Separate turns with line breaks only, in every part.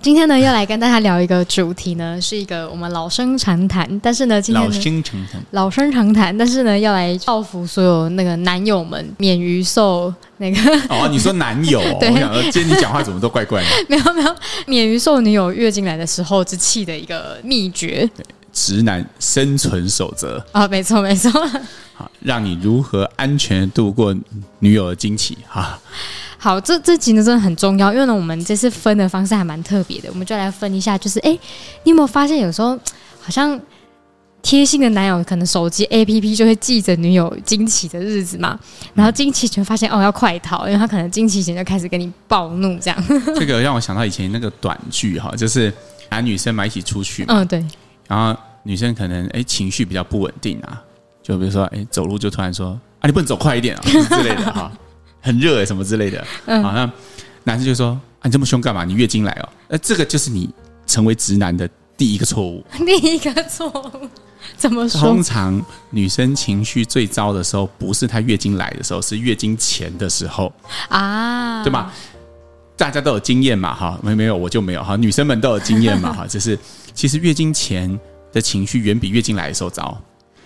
今天呢，要来跟大家聊一个主题呢，是一个我们老生常谈，但是呢，今天
老
呢
生常谈，
老生常谈，但是呢，要来造福所有那个男友们，免于受那个
哦，你说男友、哦，
对
我想说，今天你讲话怎么都怪怪的。
没有没有，免于受女友月经来的时候之气的一个秘诀
直男生存守则，
啊，没错没错。
好，让你如何安全地度过女友的惊奇哈。
好，这这集呢真的很重要，因为呢，我们这次分的方式还蛮特别的，我们就来分一下，就是哎，你有没有发现有时候好像贴心的男友可能手机 APP 就会记着女友经期的日子嘛，然后经期前发现哦要快逃，因为他可能经期前就开始跟你暴怒这样。
这个让我想到以前那个短剧哈，就是男女生嘛一起出去嘛，
嗯， 对，
然后女生可能哎、诶情绪比较不稳定啊，就比如说哎、诶走路就突然说啊你不能走快一点啊 之类的哈、很热哎、什么之类的，
嗯
好那男生就说啊你这么凶干嘛？你月经来哦，那、这个就是你成为直男的第一个错误。
第一个错误怎么说
通？常女生情绪最糟的时候，不是她月经来的时候，是月经前的时候，
啊，
对吧？？大家都有经验嘛，哈，没没有我就没有哈，女生们都有经验嘛，哈，就是其实月经前的情绪远比月经来的时候糟。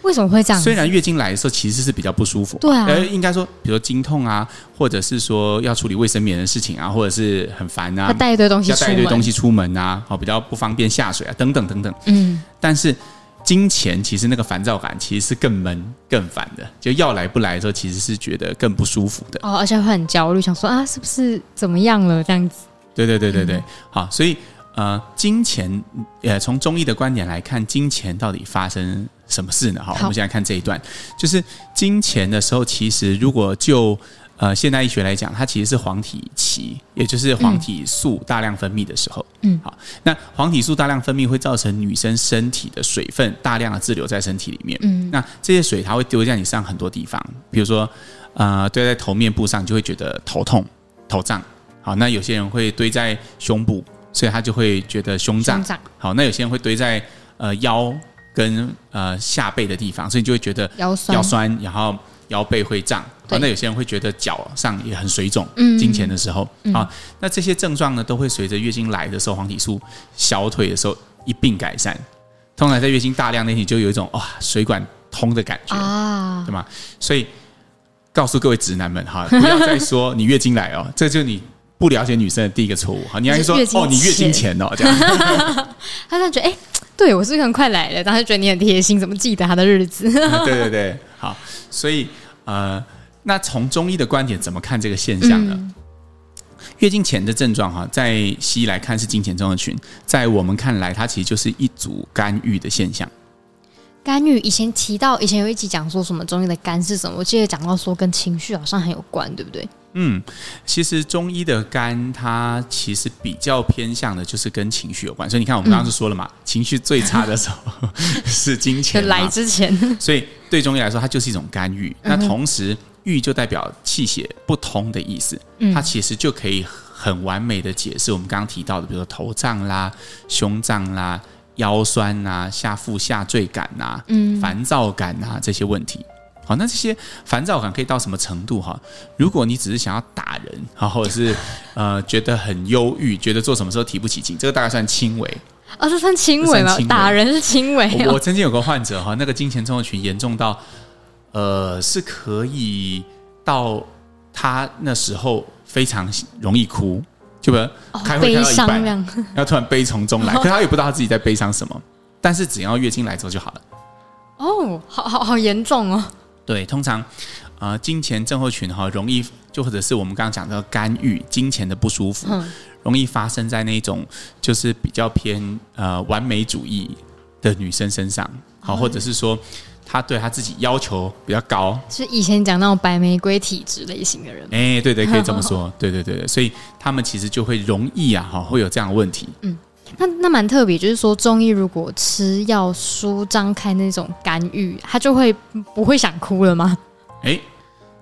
为什么会这样？
虽然月经来的时候其实是比较不舒服，
对啊
呃，应该说，比如说经痛啊，或者是说要处理卫生棉的事情啊，或者是很烦
他
啊，
带一堆东西
要
出
带一
门，
堆东西出门啊，好，比较不方便下水啊，等等等等。
嗯，
但是经前其实那个烦躁感其实是更闷、更烦的，就要来不来的时候，其实是觉得更不舒服的。
哦，而且会很焦虑，想说啊，是不是怎么样了这样子？
对对对对
嗯
对，好，所以呃，金钱呃，从中医的观点来看，金钱到底发生什么事呢？好，
好
我们现在看这一段，就是金钱的时候，其实如果就呃现代医学来讲，它其实是黄体期，也就是黄体素大量分泌的时候。
嗯，
好，那黄体素大量分泌会造成女生身体的水分大量的滞留在身体里面。嗯，那这些水它会丢在你上很多地方，比如说呃堆在头面部上，你就会觉得头痛、头胀。好，那有些人会堆在胸部，所以他就会觉得胸胀
胸。胀
好，那有些人会堆在呃腰跟呃下背的地方，所以你就会觉得
腰酸
腰酸，然后腰背会胀。好，
对
那有些人会觉得脚上也很水肿，
嗯
经前的时候、啊，那这些症状呢，都会随着月经来的时候，黄体素小腿的时候一并改善。通常在月经大量那天，你就有一种哇、水管通的感觉，
啊
对，吗？所以告诉各位直男们 哈，不要再说你月经来哦，这就是你不了解女生的第一个错误哈。你还说
就是月经
哦，你月经前哦，这样
他就觉得哎、对我是不是很快来了？然后就觉得你很贴心，怎么记得他的日 子？
对对对，好，所以呃，那从中医的观点怎么看这个现象呢？
嗯
月经前的症状哈，在西医来看是经前症候群，在我们看来，它其实就是一组干预的现象。
干预以前提到，以前有一集讲说什么中医的肝是什么，我记得讲到说跟情绪好像很有关，对不对？
嗯，其实中医的肝，它其实比较偏向的就是跟情绪有关，所以你看我们
嗯
刚刚就说了嘛，情绪最差的时候 是金
就
钱嘛
来之前，
所以对中医来说，它就是一种干预。那同时，郁就代表气血不通的意思，它其实就可以很完美的解释我们刚刚提到的，比如说头胀啦、胸胀啦、腰酸啦、下腹下坠感呐、
嗯
烦躁感呐、这些问题。好，那这些烦躁感可以到什么程度哈？如果你只是想要打人，好，或者是呃觉得很忧郁，觉得做什么时候提不起劲，这个大概算轻微。
哦，这算轻微
这算
吗
轻微？
打人是轻微
我我
哦，
曾经有个患者哈，那个金钱症候群严重到，呃，是可以到他那时候非常容易哭，就比如
哦
开会
悲
开到一
伤这
半，
样。
然后突然悲从中来，可他也不知道他自己在悲伤什么，但是只要月经来之后就好了。
哦，好好好严重哦，
对，通常呃，金钱症候群哈，容易就或者是我们刚刚讲到干预金钱的不舒服，
嗯
容易发生在那种就是比较偏呃完美主义的女生身上，好、或者是说她对她自己要求比较高，
是以前讲那种白玫瑰体质类型的人。
哎、对对，可以这么说，对对对对，所以她们其实就会容易啊，哈，会有这样的问题，
那那蛮特别，就是说中医如果吃药舒张开那种干预，他就会不会想哭了吗？
哎、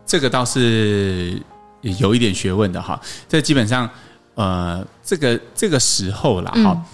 这个倒是有一点学问的哈。这基本上呃，这个这个时候啦，哈、
嗯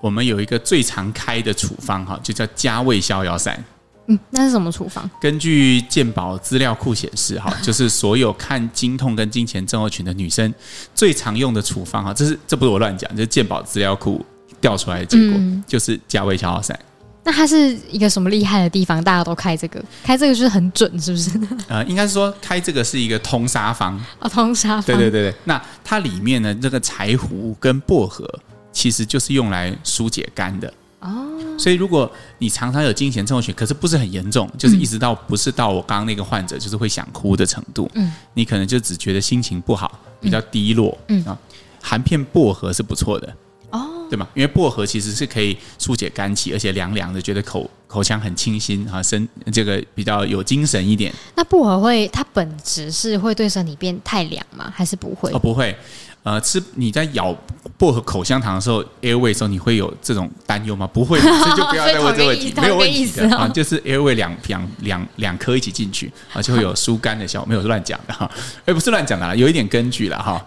我们有一个最常开的处方哈，就叫加味逍遥散。
嗯，那是什么处方？
根据健保资料库显示， 哈，就是所有看经痛跟经前症候群的女生最常用的处方，哈，这是这不是我乱讲，这是健保资料库调出来的结果，
嗯
就是加味逍遥散。
那它是一个什么厉害的地方？大家都开这个，开这个就是很准，是 不是？
呃，应该是说开这个是一个通杀方，
啊，通杀方
对对对对。那它里面呢，这个柴胡跟薄荷其实就是用来疏解肝的。
哦，
所以，如果你常常有经前症候群，可是不是很严重，就是一直到不是到我刚刚那个患者就是会想哭的程度，
嗯
你可能就只觉得心情不好，比较低落，
嗯
啊，含片薄荷是不错的，
哦，
对吗？因为薄荷其实是可以疏解肝气，而且凉凉的，觉得口口腔很清新啊，身这个比较有精神一点。
那薄荷会它本质是会对身体变太凉吗？还是不会？
哦，不会，呃，吃你在咬薄荷口香糖的时候，airway 的时候，你会有这种担忧吗？不会嘛，所以就不要再问这个问题
所以，同
没
一个意
有问题的
同一个意思哦
啊，就是 airway 两两两两颗一起进去，啊，就会有疏肝的效果，没有乱讲的哈，哎，不是乱讲的啦，有一点根据了哈。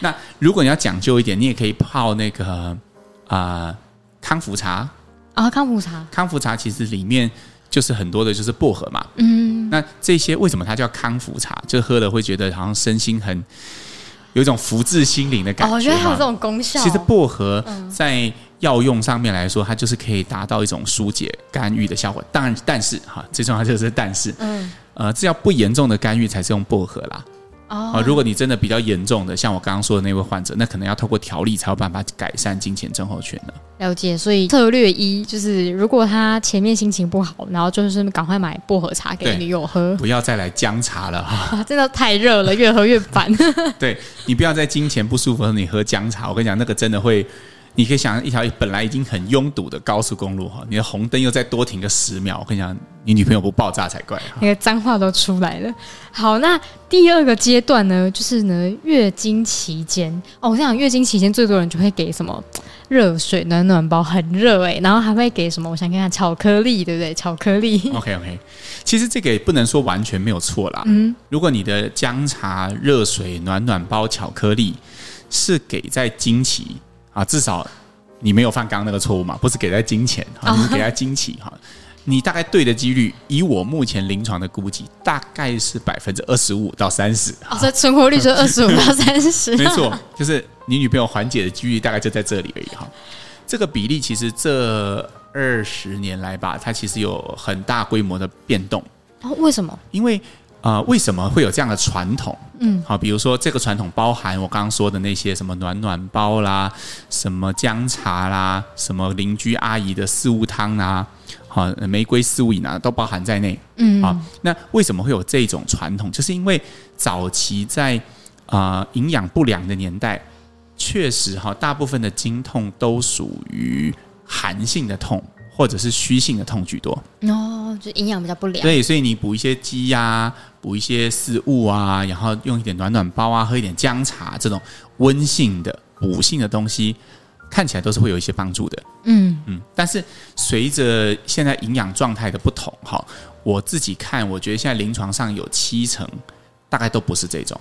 那如果你要讲究一点，你也可以泡那个啊、呃康复茶，
啊，康普茶，
康复茶其实里面就是很多的就是薄荷嘛，
嗯，
那这些为什么它叫康复茶？就喝了会觉得好像身心很有一种福至心灵的感
哦，
觉。
我觉得还有
哈
这种嗯功效。
其实薄荷在药用上面来说，它就是可以达到一种疏解肝郁的效果。当然，但是哈，最重要就是但是，
嗯，
呃，治疗不严重的肝郁才是用薄荷啦。啊、
哦，
如果你真的比较严重的，像我刚刚说的那位患者，那可能要透过调理才有办法改善金钱症候群了。
了解，所以策略一就是，如果他前面心情不好，然后就是赶快买薄荷茶给
对
女友喝，
不要再来姜茶了哈。
哇，真的太热了，越喝越烦。
对你不要在金钱不舒服的时候你喝姜茶，我跟你讲，那个真的会，你可以想象一条本来已经很拥堵的高速公路哈，你的红灯又再多停个十秒，我跟你讲，你女朋友不爆炸才怪啊哈。
那个脏话都出来了。好，那第二个阶段呢，就是呢月经期间哦，我想月经期间最多人就会给什么热水暖暖包，很热哎、然后还会给什么？我想看看巧克力，对不对？巧克力，
OK OK，其实这个也不能说完全没有错啦。
嗯，
如果你的姜茶、热水、暖暖包、巧克力是给在经期啊，至少你没有犯刚刚那个错误嘛，不是给在金钱啊，你是给在经期哈。你大概对的几率，以我目前临床的估计，大概是百分之二十五到三十。
哦，所以存活 率就二十五到三十，
没错，就是你女朋友缓解的几率大概就在这里而已哈。这个比例其实这二十年来吧，它其实有很大规模的变动，
哦，为什么？
因为啊，呃为什么会有这样的传统？
嗯，
好，比如说这个传统包含我刚刚说的那些什么暖暖包啦，什么姜茶啦，什么邻居阿姨的四物汤啦，好玫瑰四物饮啊，都包含在内。
嗯，
啊，那为什么会有这种传统？就是因为早期在啊营养不良的年代，确实哈、大部分的经痛都属于寒性的痛或者是虚性的痛居多。
哦，就营养比较不良，
对，所以你补一些鸡呀、补一些四物啊，然后用一点暖暖包啊，喝一点姜茶这种温性的补性的东西，看起来都是会有一些帮助的。
嗯，
嗯，但是随着现在营养状态的不同，哈，我自己看，我觉得现在临床上有七成大概都不是这种。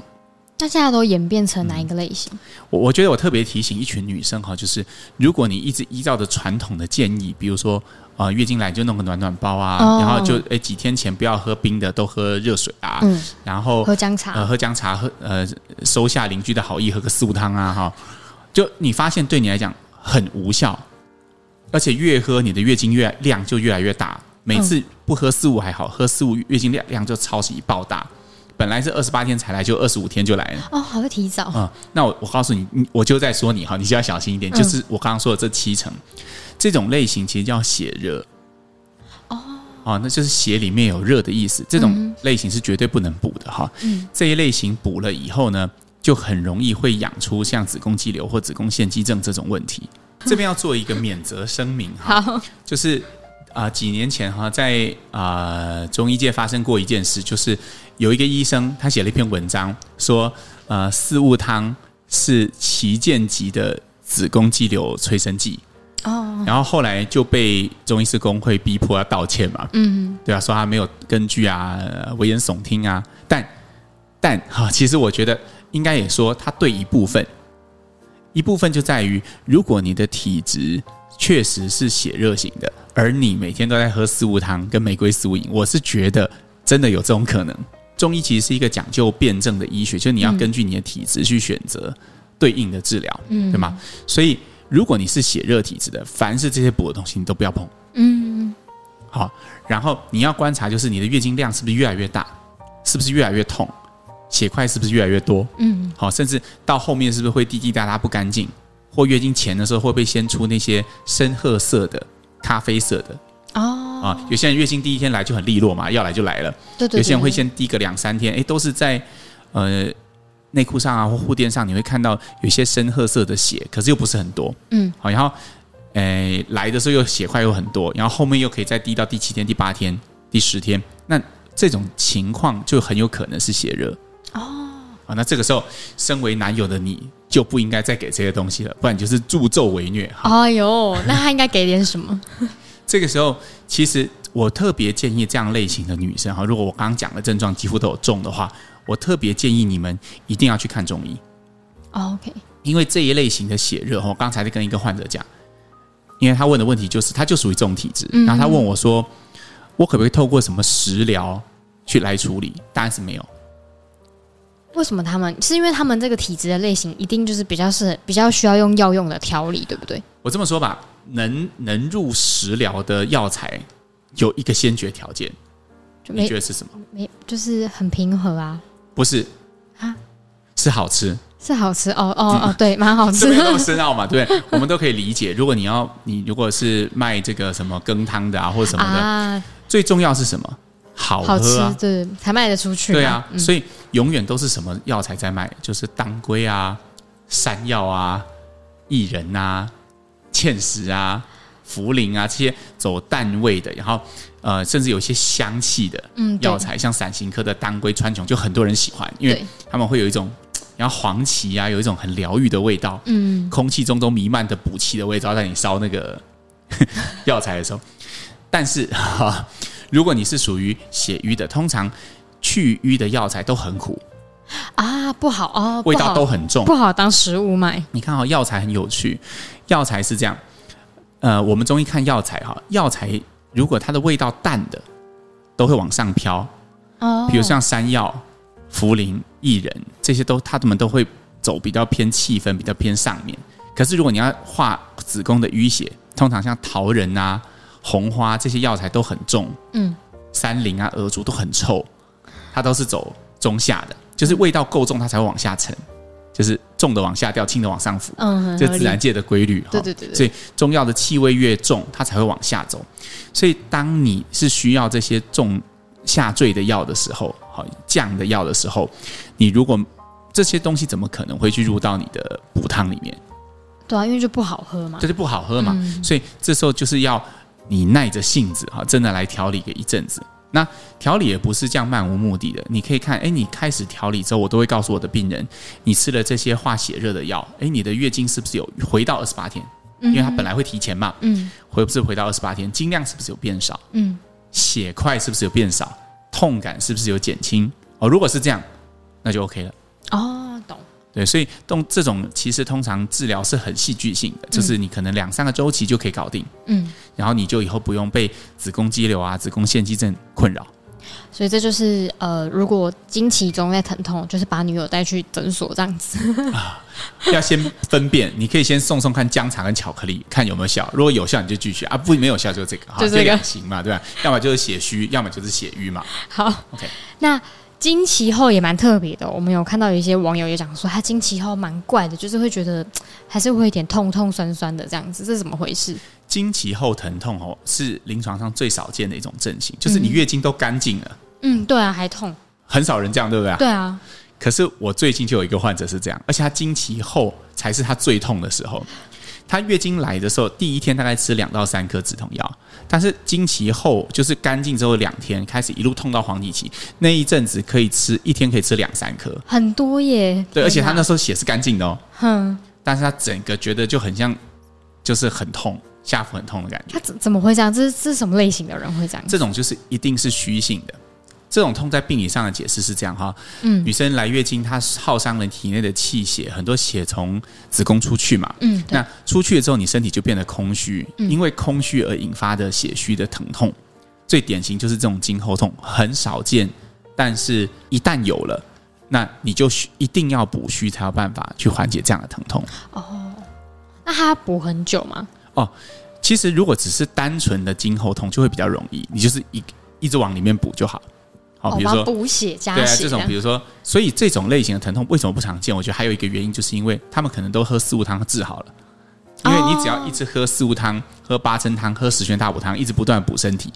那现在都演变成哪一个类型？
我我觉得我特别提醒一群女生哈，就是如果你一直依照着传统的建议，比如说呃月经来就弄个暖暖包啊，
哦
然后就诶几天前不要喝冰的，都喝热水啊，
嗯，
然后
喝姜
呃
茶，
喝姜茶喝呃收下邻居的好意，喝个四物汤啊哈，就你发现对你来讲很无效，而且越喝你的月经越量就越来越大，每次
嗯
不喝四物还好，喝四物月经量量就超级爆大，本来是二十八天才来，就二十五天就来了。
哦，还会提早，
啊、那我我告诉你，你我就在说你哈，你就要小心一点。
嗯
就是我刚刚说的这七成，这种类型其实叫血热。哦，那就是血里面有热的意思。这种类型是绝对不能补的哈。
嗯
这一类型补了以后呢，就很容易会养出像子宫肌瘤或子宫腺肌症这种问题。
啊
这边要做一个免责声明哈，
好，
就是啊、几年前哈，在啊、中医界发生过一件事，就是有一个医生他写了一篇文章说，呃，四物汤是旗舰级的子宫肌瘤催生剂，
哦，
然后后来就被中医师工会逼迫要道歉嘛，
嗯，
对啊，说他没有根据啊，呃危言耸听啊，但但哈、其实我觉得应该也说他对一部分，一部分就在于，如果你的体质确实是血热型的，而你每天都在喝四物汤跟玫瑰四物饮，我是觉得真的有这种可能。中医其实是一个讲究辩证的医学，就是你要根据你的体质去选择对应的治疗，
嗯
对吗？所以，如果你是血热体质的，凡是这些补的东西，你都不要碰。
嗯，
好，然后你要观察就是你的月经量是不是越来越大，是不是越来越痛，血块是不是越来越多，
嗯，
好，甚至到后面是不是会滴滴答答不干净，或月经前的时候会不会先出那些深褐色的、咖啡色的
哦，
啊？有些人月经第一天来就很利落嘛，要来就来了，
对对，
有些人
对
会，先滴个两三天，诶，都是在呃。内裤上啊，或护垫上，你会看到有一些深褐色的血，可是又不是很多。
嗯，
好，然后，诶、来的时候又血块又很多，然后后面又可以再滴到第七天、第八天、第十天，那这种情况就很有可能是血热。哦，啊，那这个时候，身为男友的你就不应该再给这些东西了，不然你就是助纣为虐。好，
哎呦，那他应该给点什 么？
这个时候，其实我特别建议这样类型的女生哈，如果我刚刚讲的症状几乎都有中的话，我特别建议你们一定要去看中医。
哦 OK，
因为这一类型的血热，我刚才在跟一个患者讲，因为他问的问题就是，他就属于这种体质，然后他问我说，我可不可以透过什么食疗去来处理？答案是没有，
为什么他们是因为他们这个体质的类型，一定就是比较是比较需要用药用的调理，对不对？
我这么说吧，能能入食疗的药材有一个先决条件，
就
你
没
觉得是什么？
没就是很平和啊，
不是
啊，
是好吃，
是好吃哦哦哦，对，蛮
嗯
好
这
吃
没有那么
的。
深奥嘛，对不对， 我们都可以理解。如果你要，你如果是卖这个什么羹汤的啊，或者什么的，
啊，
最重要是什么？好
好吃
喝啊，，
对，才卖得出去嘛。
对啊，
嗯
所以永远都是什么药材在卖，就是当归啊、山药啊、薏仁啊、芡实啊、茯苓啊这些走淡味的，然后呃，甚至有一些香气的
嗯，对
药材，像伞形科的当归、川穹，就很多人喜欢，因为
对
他们会有一种，然后黄芪啊，有一种很疗愈的味道，
嗯，
空气中都弥漫的补气的味道，在你烧那个 药材的时候。但是 哈、如果你是属于血瘀的，通常去瘀的药材都很苦，
啊，不好哦，
味道都
不好
很重
不。好当食物卖。
你看哈、哦药材很有趣，药材是这样，呃，我们中医看药材哈、药材如果它的味道淡的，都会往上飘，
哦，
比如像山药、茯苓、薏仁这些都，它们都会走比较偏气氛，比较偏上面。可是如果你要化子宫的淤血，通常像桃仁啊、红花这些药材都很重，
嗯，
山林啊、鹅竹都很臭，它都是走中下的，就是味道够重，它才会往下沉，就是重的往下掉，轻的往上浮。
嗯，很
这
合
自然
理
界的规律。
对
哈
对对对
所以中药的气味越重，它才会往下走。所以当你是需要这些重下坠的药的时候，好降的药的时候，你如果这些东西怎么可能会去入到你的补汤里面？
对啊，因为就不好喝嘛嗯
这。就不好喝嘛。所以这时候就是要你耐着性子哈，真的来调理个一阵子。那调理也不是这样漫无目的的，你可以看，哎，你开始调理之后，我都会告诉我的病人，你吃了这些化血热的药，哎，你的月经是不是有回到二十八天？因为它本来会提前嘛，
嗯
回不是回到二十八天，经量是不是有变少？
嗯，
血块是不是有变少？痛感是不是有减轻？哦，如果是这样，那就 OK 了。
哦，懂。
对，所以动这种其实通常治疗是很戏剧性的，就是你可能两三个周期就可以搞定，
嗯，
然后你就以后不用被子宫肌瘤啊、子宫腺肌症困扰。
所以这就是呃，如果经期中在疼痛，就是把女友带去诊所这样子。
要先分辨，你可以先送送看姜茶跟巧克力，看有没有效。如果有效，你就继续啊；不没有效就这个，哈
就这个
两型嘛，对吧？要么就是血虚，要么就是血瘀嘛。
好
OK
那经期后也蛮特别的哦、我们有看到有一些网友也讲说，他经期后蛮怪的，就是会觉得嘖还是会有一点痛痛酸酸的这样子，这是怎么回事？
经期后疼痛哦，是临床上最少见的一种症型，就是你月经都干净了，
嗯，对啊，还痛，
很少人这样，对不对啊？
对啊，
可是我最近就有一个患者是这样，而且她经期后才是她最痛的时候。她月经来的时候，第一天大概吃两到三颗止痛药，但是经期后就是干净之后两天开始一路痛到黄体期，那一阵子可以吃一天可以吃两三颗，
很多耶。啊
对，而且她
天
那
哪，
时候血是干净的哦，
哼，
但是她整个觉得就很像，就是很痛，下腹很痛的感觉。
他怎怎么会这样？这是这是什么类型的人会这样？
这种就是一定是虚性的，这种痛在病理上的解释是这样哈，
嗯
女生来月经，它耗伤了体内的气血，很多血从子宫出去嘛。
嗯，对嗯
那出去了之后，你身体就变得空虚，因为空虚而引发的血虚的疼痛，最典型就是这种经后痛，很少见，但是一旦有了，那你就需一定要补虚才有办法去缓解这样的疼痛。
哦，那它补很久吗？
其实如果只是单纯的经后痛，就会比较容易，你就是一一直往里面补就好。好，
哦
比如说
帮补血加
对啊，
血
这
这
种
样
比如说，所以这种类型的疼痛为什么不常见？我觉得还有一个原因，就是因为他们可能都喝四物汤治好了，因为你只要一直喝四物汤、喝八珍汤、喝十全大补汤，一直不断地补身体，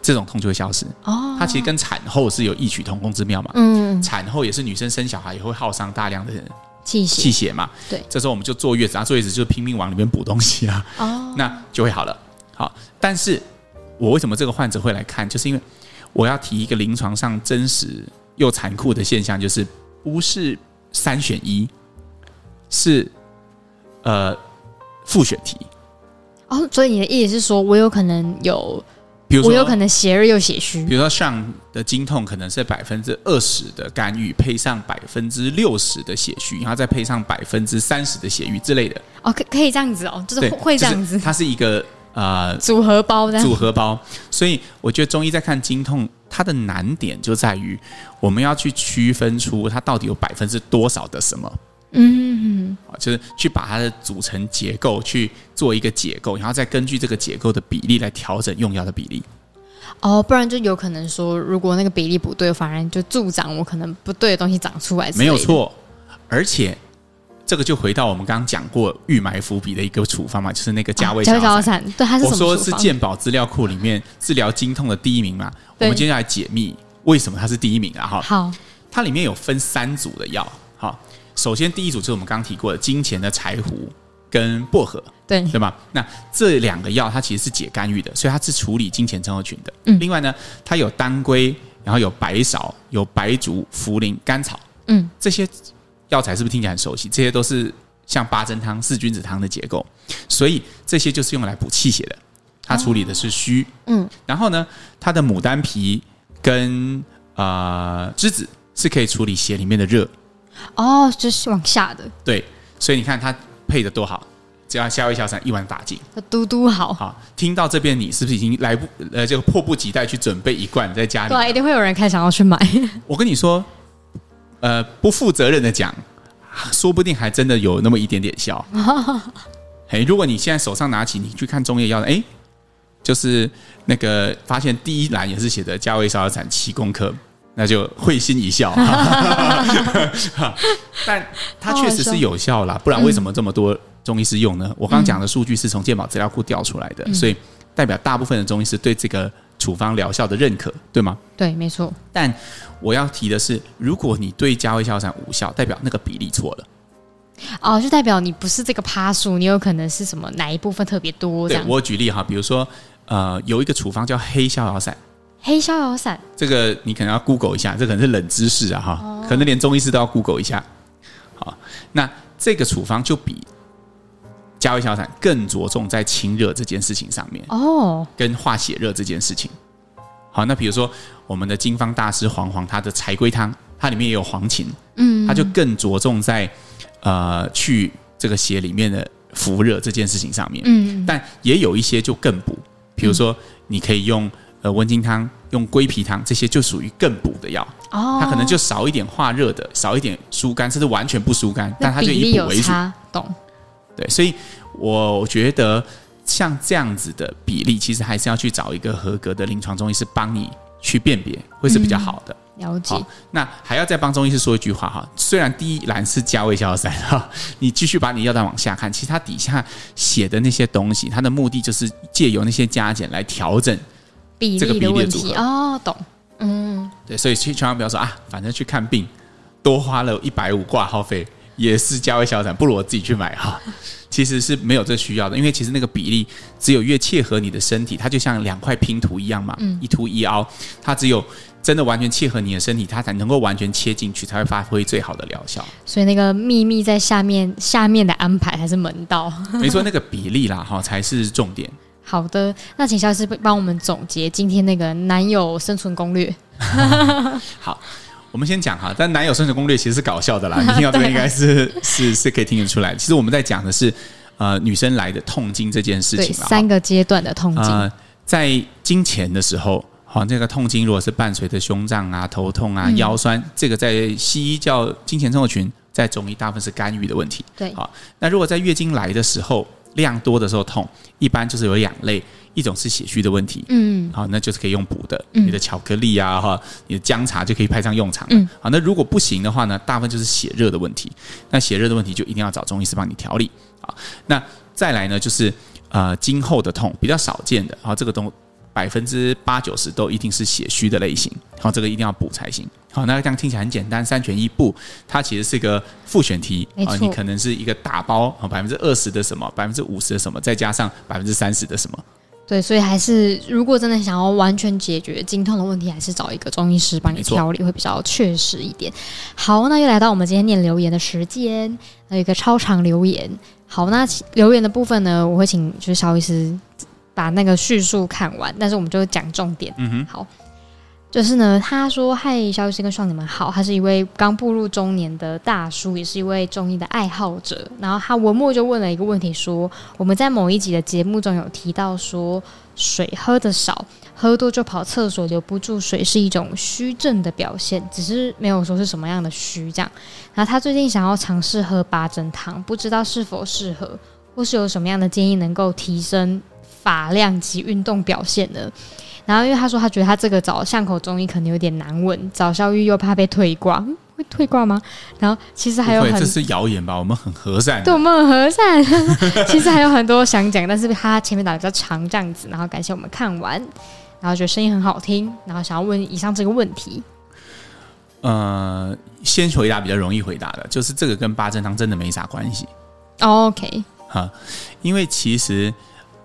这种痛就会消失。
哦，
它其实跟产后是有异曲同工之妙嘛。
嗯
产后也是女生生小孩也会耗伤大量的
气
气
血
血嘛，
对
这时候我们就坐月子啊，坐月子就是拼命往里面补东西啊，
哦，
那就会好了。好，但是我为什么这个患者会来看，就是因为我要提一个临床上真实又残酷的现象，就是不是三选一，是呃复选题。
哦，所以你的意思是说我有可能有，
比如说，
我有可能血热又血虚
比如说上的经痛可能是百分之二十的干预，配上百分之六十的血虚，然后再配上百分之三十的血瘀之类的，
哦，可可以这样子哦，就是
对，
会会这样
就
子
是它是一个呃
组合包这样
组合包。所以我觉得中医在看经痛，它的难点就在于我们要去区分出它到底有百分之多少的什么，
嗯，嗯嗯
啊就是去把它的组成结构去做一个解构，然后再根据这个解构的比例来调整用药的比例。
哦，不然就有可能说，如果那个比例不对，反而就助长我可能不对的啊东西长出来，
没有，错，而且。这个就回到我们刚刚讲过预埋伏笔的一个处方嘛，就是那个加味
啊加
逍
味
遥
小
散。
散，对，它是
我
什么
说
处
是
方
健保资料库里面治疗经痛的第一名嘛，我
对
们今天要来解密为什么它是第一名啊哈。
好，
它里面有分三组的药。好，首先第一组就是我们刚刚提过的金钱的柴胡跟薄荷，
对，
对吧？那这两个药它其实是解干预的，所以它是处理金钱症候群的。
嗯
另外呢，它有当归，然后有白芍、有白术、茯苓、甘草
嗯，
这些药材，是不是听起来很熟悉？这些都是像八珍汤、四君子汤的结构，所以这些就是用来补气血的。它处理的是虚，
嗯，
然后呢，它的牡丹皮跟呃栀子是可以处理血里面的热，
哦，就是往下的，
对，所以你看它配的多好，只要夏威夷小伞一碗打尽。
嘟嘟好，
好，听到这边你是不是已经来不呃这个迫不及待去准备一罐在家里
对？啊，一定会有人开始想要去 买，
我跟你说，呃，不负责任的讲，说不定还真的有那么一点点效。嘿，如果你现在手上拿起，你去看中药药的，哎，就是那个发现第一栏也是写的加味逍遥散七公克，那就会心一笑。 但它确实是有效啦，不然为什么这么多中医师用呢？我刚讲的数据是从健保资料库调出来的，所以代表大部分的中医师对这个处方疗效的认可，对吗？
对，没错，
但我要提的是，如果你对加味逍遥散无效，代表那个比例错了。
哦，就代表你不是这个趴数，你有可能是什么哪一部分特别多这
对
样。
我举例哈，比如说呃，有一个处方叫黑逍遥散，
黑逍遥散
这个你可能要 Google 一下，这可能是冷知识啊哈，可能连中医师都要 Google 一下。好，那这个处方就比加味逍遥散更着重在清热这件事情上面，
哦，
跟化血热这件事情。好，那比如说我们的经方大师黄黄，他的柴归汤，它里面也有黄芩，
嗯，
他就更着重在呃去这个血里面的伏热这件事情上面。
嗯，
但也有一些就更补，比如说你可以用呃温经汤、用归脾汤，这些就属于更补的药，
哦，
它可能就少一点化热的，少一点疏肝，甚至完全不疏肝，但
那
它就
比例
以补
有
为主。
差，懂？
对，所以我觉得像这样子的比例，其实还是要去找一个合格的临床中医师帮你去辨别，会是比较好的。
了解
好，那还要再帮中医师说一句话哈，虽然第一栏是加味逍遥散哈，你继续把你药单往下看，其实它底下写的那些东西，它的目的就是借由那些加减来调整。
比
这个
例的
比例的
问
组
题
合
哦，懂？嗯，
对，所以千千万不要说啊，反正去看病多花了一百五挂号费也是加味逍遥散，不如我自己去买哈。其实是没有这需要的，因为其实那个比例只有越切合你的身体，它就像两块拼图一样嘛，一凸一凹，它只有真的完全切合你的身体，它才能够完全切进去，才会发挥最好的疗效。
所以那个秘密在下面，下面的安排还是门道，
没错，那个比例啦，哈，才是重点。
好的，那请肖医师帮我们总结今天那个男友生存攻略。
好，我们先讲哈，但男友生存攻略其实是搞笑 的啦，你听到这边应该是
啊
是是可以听得出来。其实我们在讲的是呃女生来的痛经这件事
对，
情啦。
三个阶段的痛经，
呃，在经前的时候，好、这个痛经如果是伴随着胸胀啊、头痛啊、
嗯
腰酸，这个在西医叫经前症候群，在中医大部分是肝郁的问题。
对
好、那如果在月经来的时候量多的时候痛，一般就是有两类，一种是血虚的问题，
嗯，
好，那就是可以用补的，
嗯
你的巧克力啊，哈，你的姜茶就可以派上用场了。
嗯
好，那如果不行的话呢，大部分就是血热的问题。那血热的问题就一定要找中医师帮你调理。好，那再来呢，就是呃，今后的痛比较少见的，好，这个东百分之八九十都一定是血虚的类型，好，这个一定要补才行。好，那这样听起来很简单，三选一不，它其实是个复选题
没
啊，
错
你可能是一个大包啊，百分之二十的什么，百分之五十的什么，再加上百分之三十的什么。
对，所以还是如果真的想要完全解决经痛的问题，还是找一个中医师帮你
没错
调理会比较确实一点。好，那又来到我们今天念留言的时间，那有一个超长留言。好，那其留言的部分呢，我会请就是肖医师把那个叙述看完，但是我们就讲重点。
嗯哼，
好，就是呢，他说：“嗨，肖医师跟双你们好。”他是一位刚步入中年的大叔，也是一位中医的爱好者。然后他文末就问了一个问题说：“我们在某一集的节目中有提到说，水喝的少，喝多就跑厕所，留不住水是一种虚症的表现，只是没有说是什么样的虚这样。然后他最近想要尝试喝八珍汤，不知道是否适合，或是有什么样的建议能够提升法量及运动表现呢？”然后因为他说他觉得他这个找巷口中医可能有点难问，找校医又怕被退挂，嗯会退挂吗？然后其实还有
不会
很
这是谣言吧？我们很和善的。
对我们很和善。 其实还有很多想讲，但是他前面打得比较长这样子，然后感谢我们看完，然后觉得声音很好听，然后想要问以上这个问题。
呃，先回答比较容易回答的，就是这个跟八珍汤真的没啥关系
哦 OK，
哈，因为其实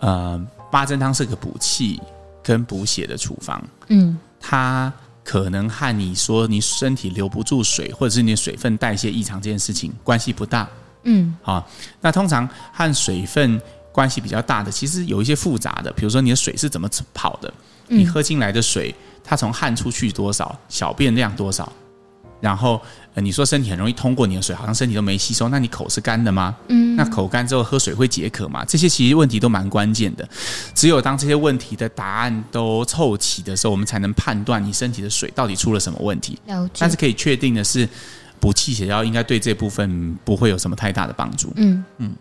呃，八珍汤是个补气跟补血的处方，
嗯，
它可能和你说你身体留不住水，或者是你的水分代谢异常这件事情关系不大。
嗯，
啊。那通常和水分关系比较大的，其实有一些复杂的，比如说你的水是怎么跑的，
嗯
你喝进来的水，它从汗出去多少，小便量多少，然后、呃、你说身体很容易通过你的水，好像身体都没吸收，那你口是干的吗？嗯，那口干之后喝水会解渴吗？这些其实问题都蛮关键的。只有当这些问题的答案都凑齐的时候，我们才能判断你身体的水到底出了什么问题。
了解
但是。可以确定的是，补气血药应该对这部分不会有什么太大的帮助。
嗯嗯，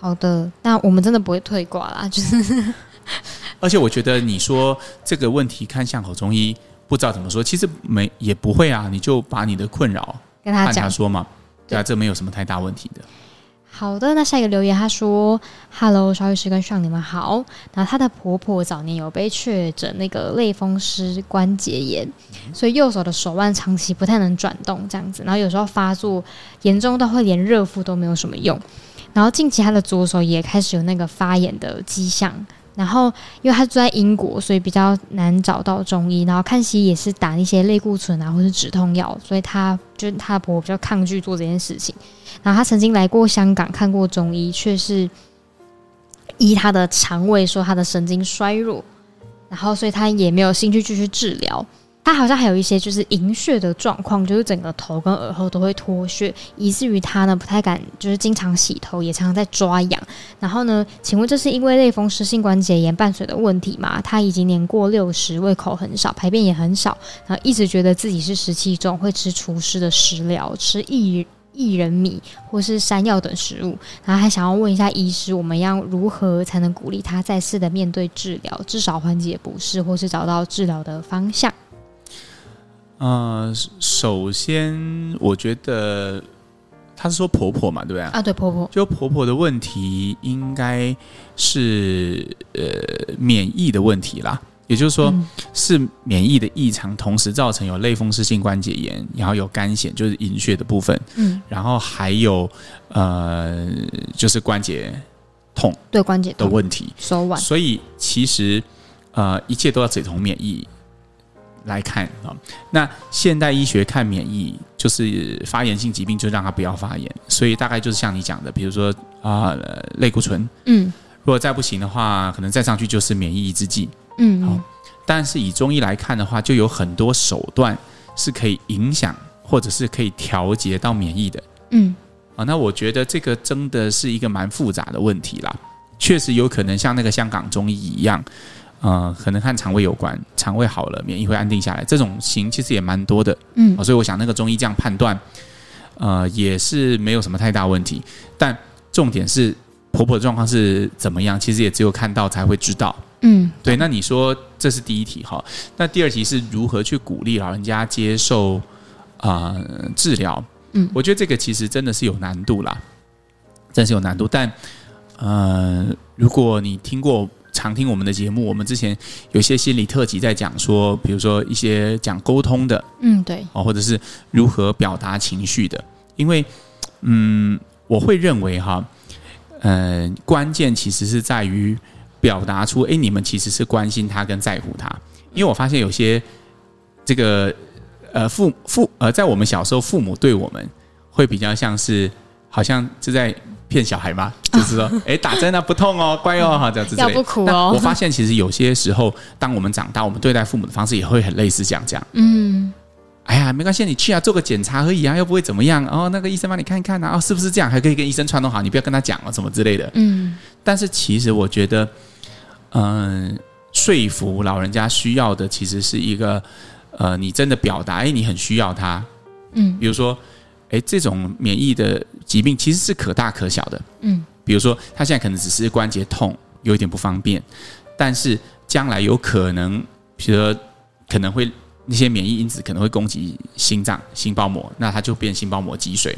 好的，那我们真的不会退挂啦，就是
而且我觉得你说这个问题看巷口中医不知道怎么说，其实没也不会啊，你就把你的困扰
跟他
和
讲
他说嘛，对啊，
对
这没有什么太大问题的。
好的，那下一个留言他说：“Hello，邵律师跟上你们好。然后她的婆婆早年有被确诊那个类风湿关节炎，所以右手的手腕长期不太能转动，这样子。然后有时候发作严重到会连热敷都没有什么用。然后近期她的左手也开始有那个发炎的迹象。”然后，因为她住在英国，所以比较难找到中医。然后看西医也是打一些类固醇啊，或是止痛药，所以她就是她的婆婆比较抗拒做这件事情。然后他曾经来过香港看过中医，却是依他的肠胃说他的神经衰弱，然后所以他也没有兴趣继续治疗。他好像还有一些就是盈血的状况，就是整个头跟耳后都会脱血，以至于他呢不太敢，就是经常洗头，也常常在抓痒。然后呢，请问这是因为类风湿性关节炎伴随的问题吗？他已经年过六十，胃口很少，排便也很少，然后一直觉得自己是湿气重，会吃厨师的食疗，吃薏薏仁米，或是山药等食物，然后还想要问一下医师，我们要如何才能鼓励他再次的面对治疗，至少缓解不适，或是找到治疗的方向？
呃，首先我觉得她是说婆婆嘛，对不对？
啊，对，婆婆，
就婆婆的问题应该是呃免疫的问题啦，也就是说、
嗯
是免疫的异常，同时造成有类风湿性关节炎，然后有肝癣，就是隐血的部分，
嗯，
然后还有呃就是关节痛
对关节
的
痛，
问题，
手腕，
所以其实呃一切都要只从免疫。来看啊、那现代医学看免疫就是发炎性疾病，就让它不要发炎，所以大概就是像你讲的，比如说啊、呃类固醇，
嗯
如果再不行的话，可能再上去就是免疫抑制剂。
嗯，
好但是以中医来看的话，就有很多手段是可以影响或者是可以调节到免疫的
嗯
啊。那我觉得这个真的是一个蛮复杂的问题啦，确实有可能像那个香港中医一样，呃，可能和肠胃有关，肠胃好了，免疫会安定下来，这种型其实也蛮多的。
嗯
哦，所以我想那个中医这样判断，呃，也是没有什么太大问题。但重点是婆婆的状况是怎么样，其实也只有看到才会知道。
嗯
对，那你说这是第一题哈，那第二题是如何去鼓励老人家接受啊、呃治疗？
嗯
我觉得这个其实真的是有难度啦，真是有难度。但呃，如果你听过常听我们的节目，我们之前有一些心理特辑在讲说，比如说一些讲沟通的，
嗯，对，
哦，或者是如何表达情绪的。因为，嗯，我会认为哈，嗯、关键其实是在于表达出，诶，你们其实是关心他跟在乎他。因为我发现有些这个呃父父呃，在我们小时候，父母对我们会比较像是好像是在骗小孩 嘛，就是说，诶，打针啊不痛哦，乖哦，哈，这样子之
要
类的
不。苦
那我
哦，
发现其实有些时候，当我们长大，我们对待父母的方式也会很类似这样这样。
嗯
哎呀，没关系，你去啊，做个检查而已啊，又不会怎么样。哦，那个医生帮你看一看啊，哦，是不是这样？还可以跟医生串通好，你不要跟他讲哦，什么之类的。
嗯
但是其实我觉得，嗯、说服老人家需要的其实是一个，呃，你真的表达，哎，你很需要他。
嗯
比如说，哎，这种免疫的疾病其实是可大可小的。
嗯
比如说，他现在可能只是关节痛，有一点不方便，但是将来有可能，比如说可能会那些免疫因子可能会攻击心脏、心包膜，那它就变心包膜积水，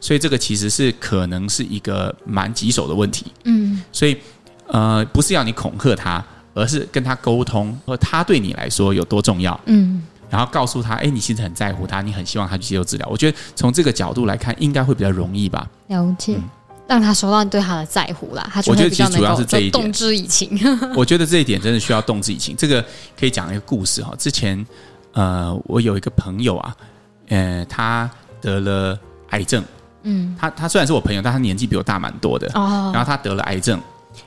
所以这个其实是可能是一个蛮棘手的问题。
嗯
所以，呃，不是要你恐吓他，而是跟他沟通，和他对你来说有多重要，
嗯
然后告诉他，哎，你其实很在乎他，你很希望他去接受治疗。我觉得从这个角度来看，应该会比较容易吧。
了解。让他收到你对他的在乎啦，他
嗯
就
我觉
会
得
比较
其实
能
主要
够
是这一点
就动之以情。
我觉得这一点真的需要动之以情。这个可以讲一个故事哈。之前呃，我有一个朋友啊，呃，他得了癌症。
嗯，
他他虽然是我朋友，但他年纪比我大蛮多的。然
哦，
后他得了癌症，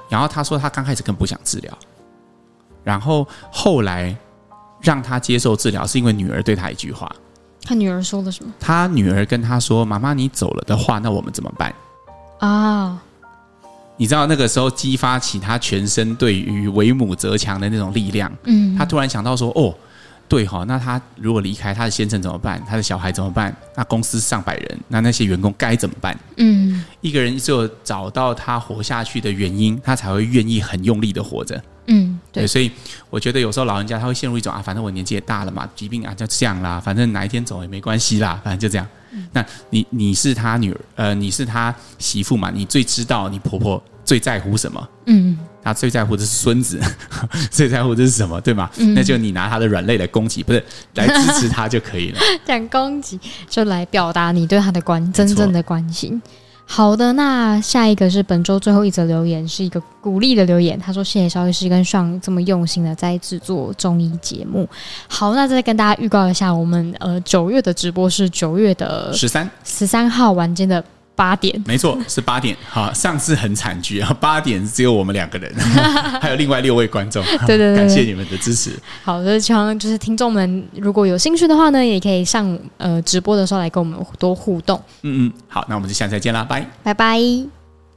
然后他说他刚开始更不想治疗，然后后来让他接受治疗，是因为女儿对他一句话。
他女儿说了什么
他女儿跟他说：“妈妈，你走了的话，那我们怎么办
啊？”
你知道那个时候激发起他全身对于为母则强的那种力量。
嗯，
他突然想到说，哦，对哈、那他如果离开，他的先生怎么办？他的小孩怎么办？那公司上百人，那那些员工该怎么办？
嗯
一个人只有找到他活下去的原因，他才会愿意很用力的活着。
嗯，对，
所以我觉得有时候老人家他会陷入一种啊，反正我年纪也大了嘛，疾病啊就这样啦，反正哪一天走也没关系啦，反正就这样。
嗯
那你你是他女儿，呃，你是他媳妇嘛，你最知道你婆婆最在乎什么。
嗯
他最在乎的是孙子， 最在乎的是什么，对吗？
嗯
那就你拿他的软肋来攻击，不是来支持他就可以 了。
讲攻击，就来表达你对他的关
错
真正的关心。好的，那下一个是本周最后一则留言，是一个鼓励的留言。他说：“谢谢肖医师跟上这么用心的在制作中医节目。”好，那再跟大家预告一下，我们呃九月的直播是九月的
十三，
十三号晚间的八点。
没错，是八点。好，上次很惨剧啊，八点只有我们两个 人，还有另外六位观众。
对对对
感谢你们的支持。
好，就是希望就是听众们如果有兴趣的话呢，也可以上呃直播的时候来跟我们多互动。
嗯嗯，好，那我们就下次再见啦，拜。
拜拜。